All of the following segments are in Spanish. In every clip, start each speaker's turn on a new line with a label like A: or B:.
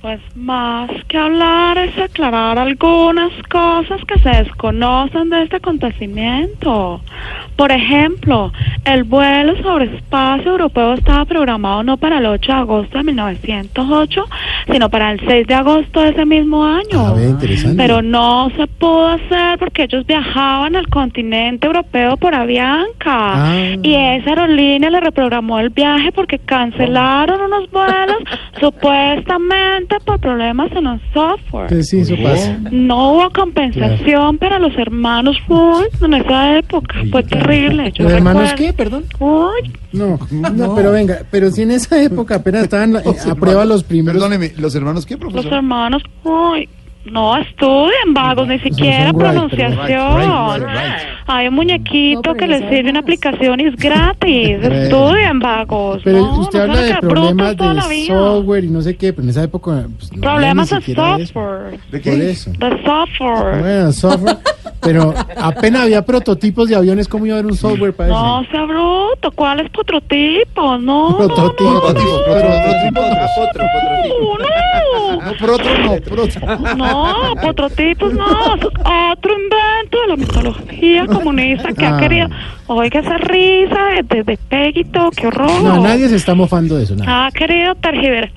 A: Pues más que hablar es aclarar algunas cosas que se desconocen de este acontecimiento. Por ejemplo, el vuelo sobre espacio europeo estaba programado no para el 8 de agosto de 1908, sino para el 6 de agosto de ese mismo año.
B: Ah,
C: A ver, Ah, interesante. Eh,
A: Pero no se pudo hacer porque ellos viajaban al continente europeo por Avianca.
C: Ah.
A: Y esa aerolínea le reprogramó el viaje porque cancelaron unos vuelos supuestamente por problemas en los software.
C: Pues sí, eso pasa.
A: No hubo compensación para los hermanos Wright en esa época. Fue terrible. yo
C: ¿Los hermanos
A: recuerdo.
C: qué, perdón?
A: Wright,
C: No, no, pero venga, pero si en esa época apenas estaban eh, a prueba los primeros.
B: Perdóneme, ¿los hermanos qué,
A: los
B: profesor?
A: hermanos Wright. No estudian vagos, ni siquiera
C: Wright,
A: pronunciación. Hay un muñequito que les sirve una aplicación y es gratis. Estudian vagos.
C: Pero
A: Pues No,
C: usted
A: no
C: habla
A: saben
C: de
A: que brutos
C: problemas
A: toda la
C: de
A: vida.
C: software y no sé qué, pero en esa época. pues, no había
A: Problemas
C: ni
A: de
C: siquiera eso.
A: software.
B: ¿De
C: Por
B: qué?
C: eso.
A: De software.
C: Bueno, software. pero apenas había prototipos de aviones, ¿cómo iba a haber un software para eso?
A: No sea bruto, ¿cuál es prototipo? No,
C: Prototipo.
A: no, no,
B: Prototipo, prototipo,
A: no,
B: prototipo. No, por otro no, por otro.
A: no, prototipos no, es otro invento de la mitología comunista que ha
C: Ah.
A: querido. Oiga esa risa de, de, de Peggy Toh, qué horror.
C: No, nadie se está mofando de eso, nada.
A: Ha querido tergiversar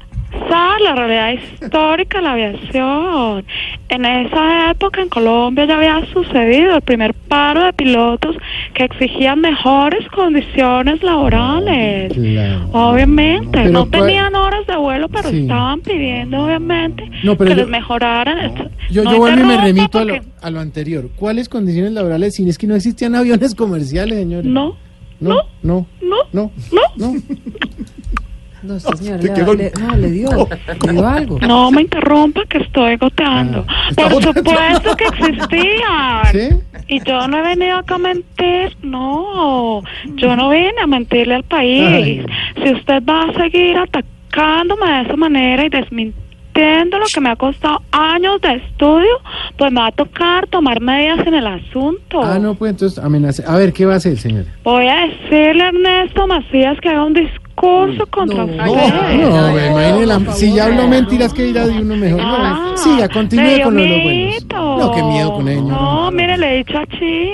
A: la realidad histórica de la aviación. En esa época en Colombia ya había sucedido el primer paro de pilotos que exigían mejores condiciones laborales.
C: Claro.
A: Oh, Obviamente,
C: Pero
A: no
C: cuál-
A: tenían horas de vuelo, pero
C: Sí.
A: estaban pidiendo, obviamente,
C: No, pero
A: que
C: yo-
A: les mejoraran. el-
C: Yo,
A: No
C: yo vuelvo y me
A: interrumpa
C: remito a lo,
A: porque-
C: a lo anterior. ¿Cuáles condiciones laborales? Si es que no existían aviones comerciales, señores.
A: No,
C: no, no,
A: no, no,
C: no. no.
D: No, señor,
B: Te
D: le,
B: quedó-
D: le- no, le dio, le dio algo.
A: no me interrumpa que estoy goteando.
C: Ah, está
A: Por
C: goteando.
A: supuesto que existían.
C: ¿Sí?
A: Y yo no he venido acá a mentir, no, yo no vine a mentirle al país.
C: Ay.
A: Si usted va a seguir atacándome de esa manera y desmintiendo lo que me ha costado años de estudio, pues me va a tocar tomar medidas en el asunto.
C: Ah, no, pues entonces amenaza. A ver, ¿qué va a hacer, señora?
A: Voy a decirle a Ernesto Macías que haga un discurso contra usted.
C: Mm, No, no, me imagino la- si ya hablo mentiras, que irá de uno mejor?
A: Ah,
C: sí, ya
A: le
C: continúe
A: dio
C: con lo de los buenos.
A: miedito.
C: No, qué miedo con ellos.
A: No, mire, le he dicho a Chi.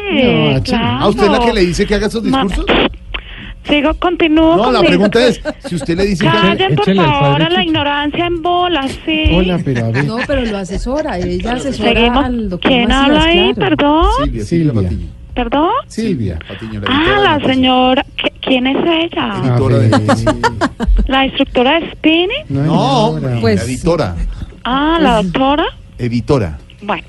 C: No, a Chi.
A: claro.
B: ¿A usted es la que le dice que haga esos
A: Ma-
B: discursos?
A: Sigo, continúo.
B: No,
A: con
B: la
A: mi-
B: pregunta es, si usted le dice que haga...
A: Callen, por
E: Échale al
A: favor,
E: padre
A: a la
E: Chicho.
A: ignorancia en bola, sí.
C: Hola, pero a ver.
D: Ah, No, pero lo asesora, ella asesora al
A: Seguimos.
D: doctor
A: ¿Quién
D: Macías,
A: habla ahí?
D: claro.
A: Perdón.
B: Silvia, Silvia
C: Silvia.
B: Patiño.
A: ¿Perdón?
C: Silvia.
B: Patiño, la
A: Ah,
B: editora Pues, de
A: la
B: Noticias.
A: señora. ¿Qui- ¿Quién es
B: Ah.
A: ella?
B: Editora de-
C: A ver.
A: ¿La instructora de spinning?
C: No,
B: No,
C: señora.
B: hombre,
D: Pues-
B: la editora.
A: Ah, la doctora.
B: Editora.
A: Bueno,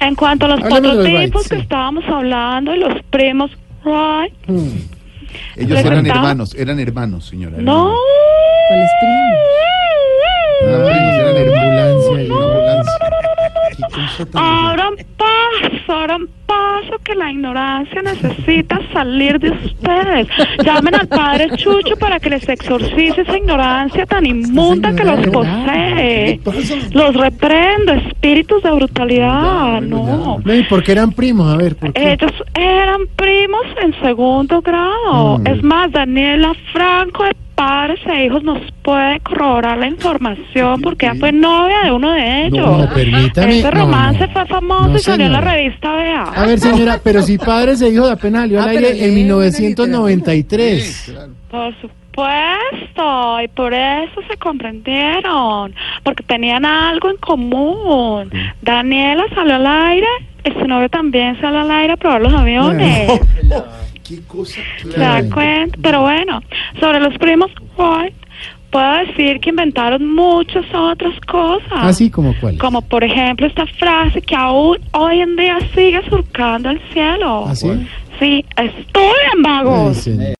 A: en cuanto a los
C: Hablemos de los
A: prototipos
C: Wrights,
A: que
C: sí.
A: estábamos hablando y los primos Wright,
C: Hmm.
B: Ellos
A: ¿Le
B: eran
A: contaba?
B: hermanos, eran hermanos, señora. eran
A: no.
B: hermanos.
D: ¿Cuál es primo?
B: Eran primos, eran hermanos.
C: Ah, ambulancia,
B: Una ambulancia.
A: Abran paso, abran paso, que la ignorancia necesita salir de ustedes. Llamen al padre Chucho para que les exorcice esa ignorancia tan inmunda que los posee. Los reprendo, espíritus de brutalidad. No.
C: No, ¿y por qué eran primos? A ver, ¿por qué?
A: Ellos eran primos en segundo grado.
C: Mm.
A: Es más, Daniela Franco de padres e hijos nos puede corroborar la información porque ella fue novia de uno de ellos.
C: No, permítame.
A: Ese
C: no, no.
A: romance fue famoso
C: No,
A: y salió en la
C: señora. Ah,
A: revista Vea.
C: A ver, señora, pero si padres e hijos apenas salió al
D: Ah, pero
C: aire en
D: lee una
C: 1993.
A: Por supuesto, y por eso se comprendieron, porque tenían algo en común. Daniela salió al aire, y su novio también salió al aire a probar los aviones.
B: ¿Qué cosa?
A: ¿Se da cuenta? Pero bueno, sobre los primos White, puedo decir que inventaron muchas otras cosas.
C: Así como cuál.
A: Ah, Como por ejemplo esta frase que aún hoy en día sigue surcando el cielo.
C: ¿Así?
A: Sí, estudien vagos.
C: ¿Ah, Ay, señor.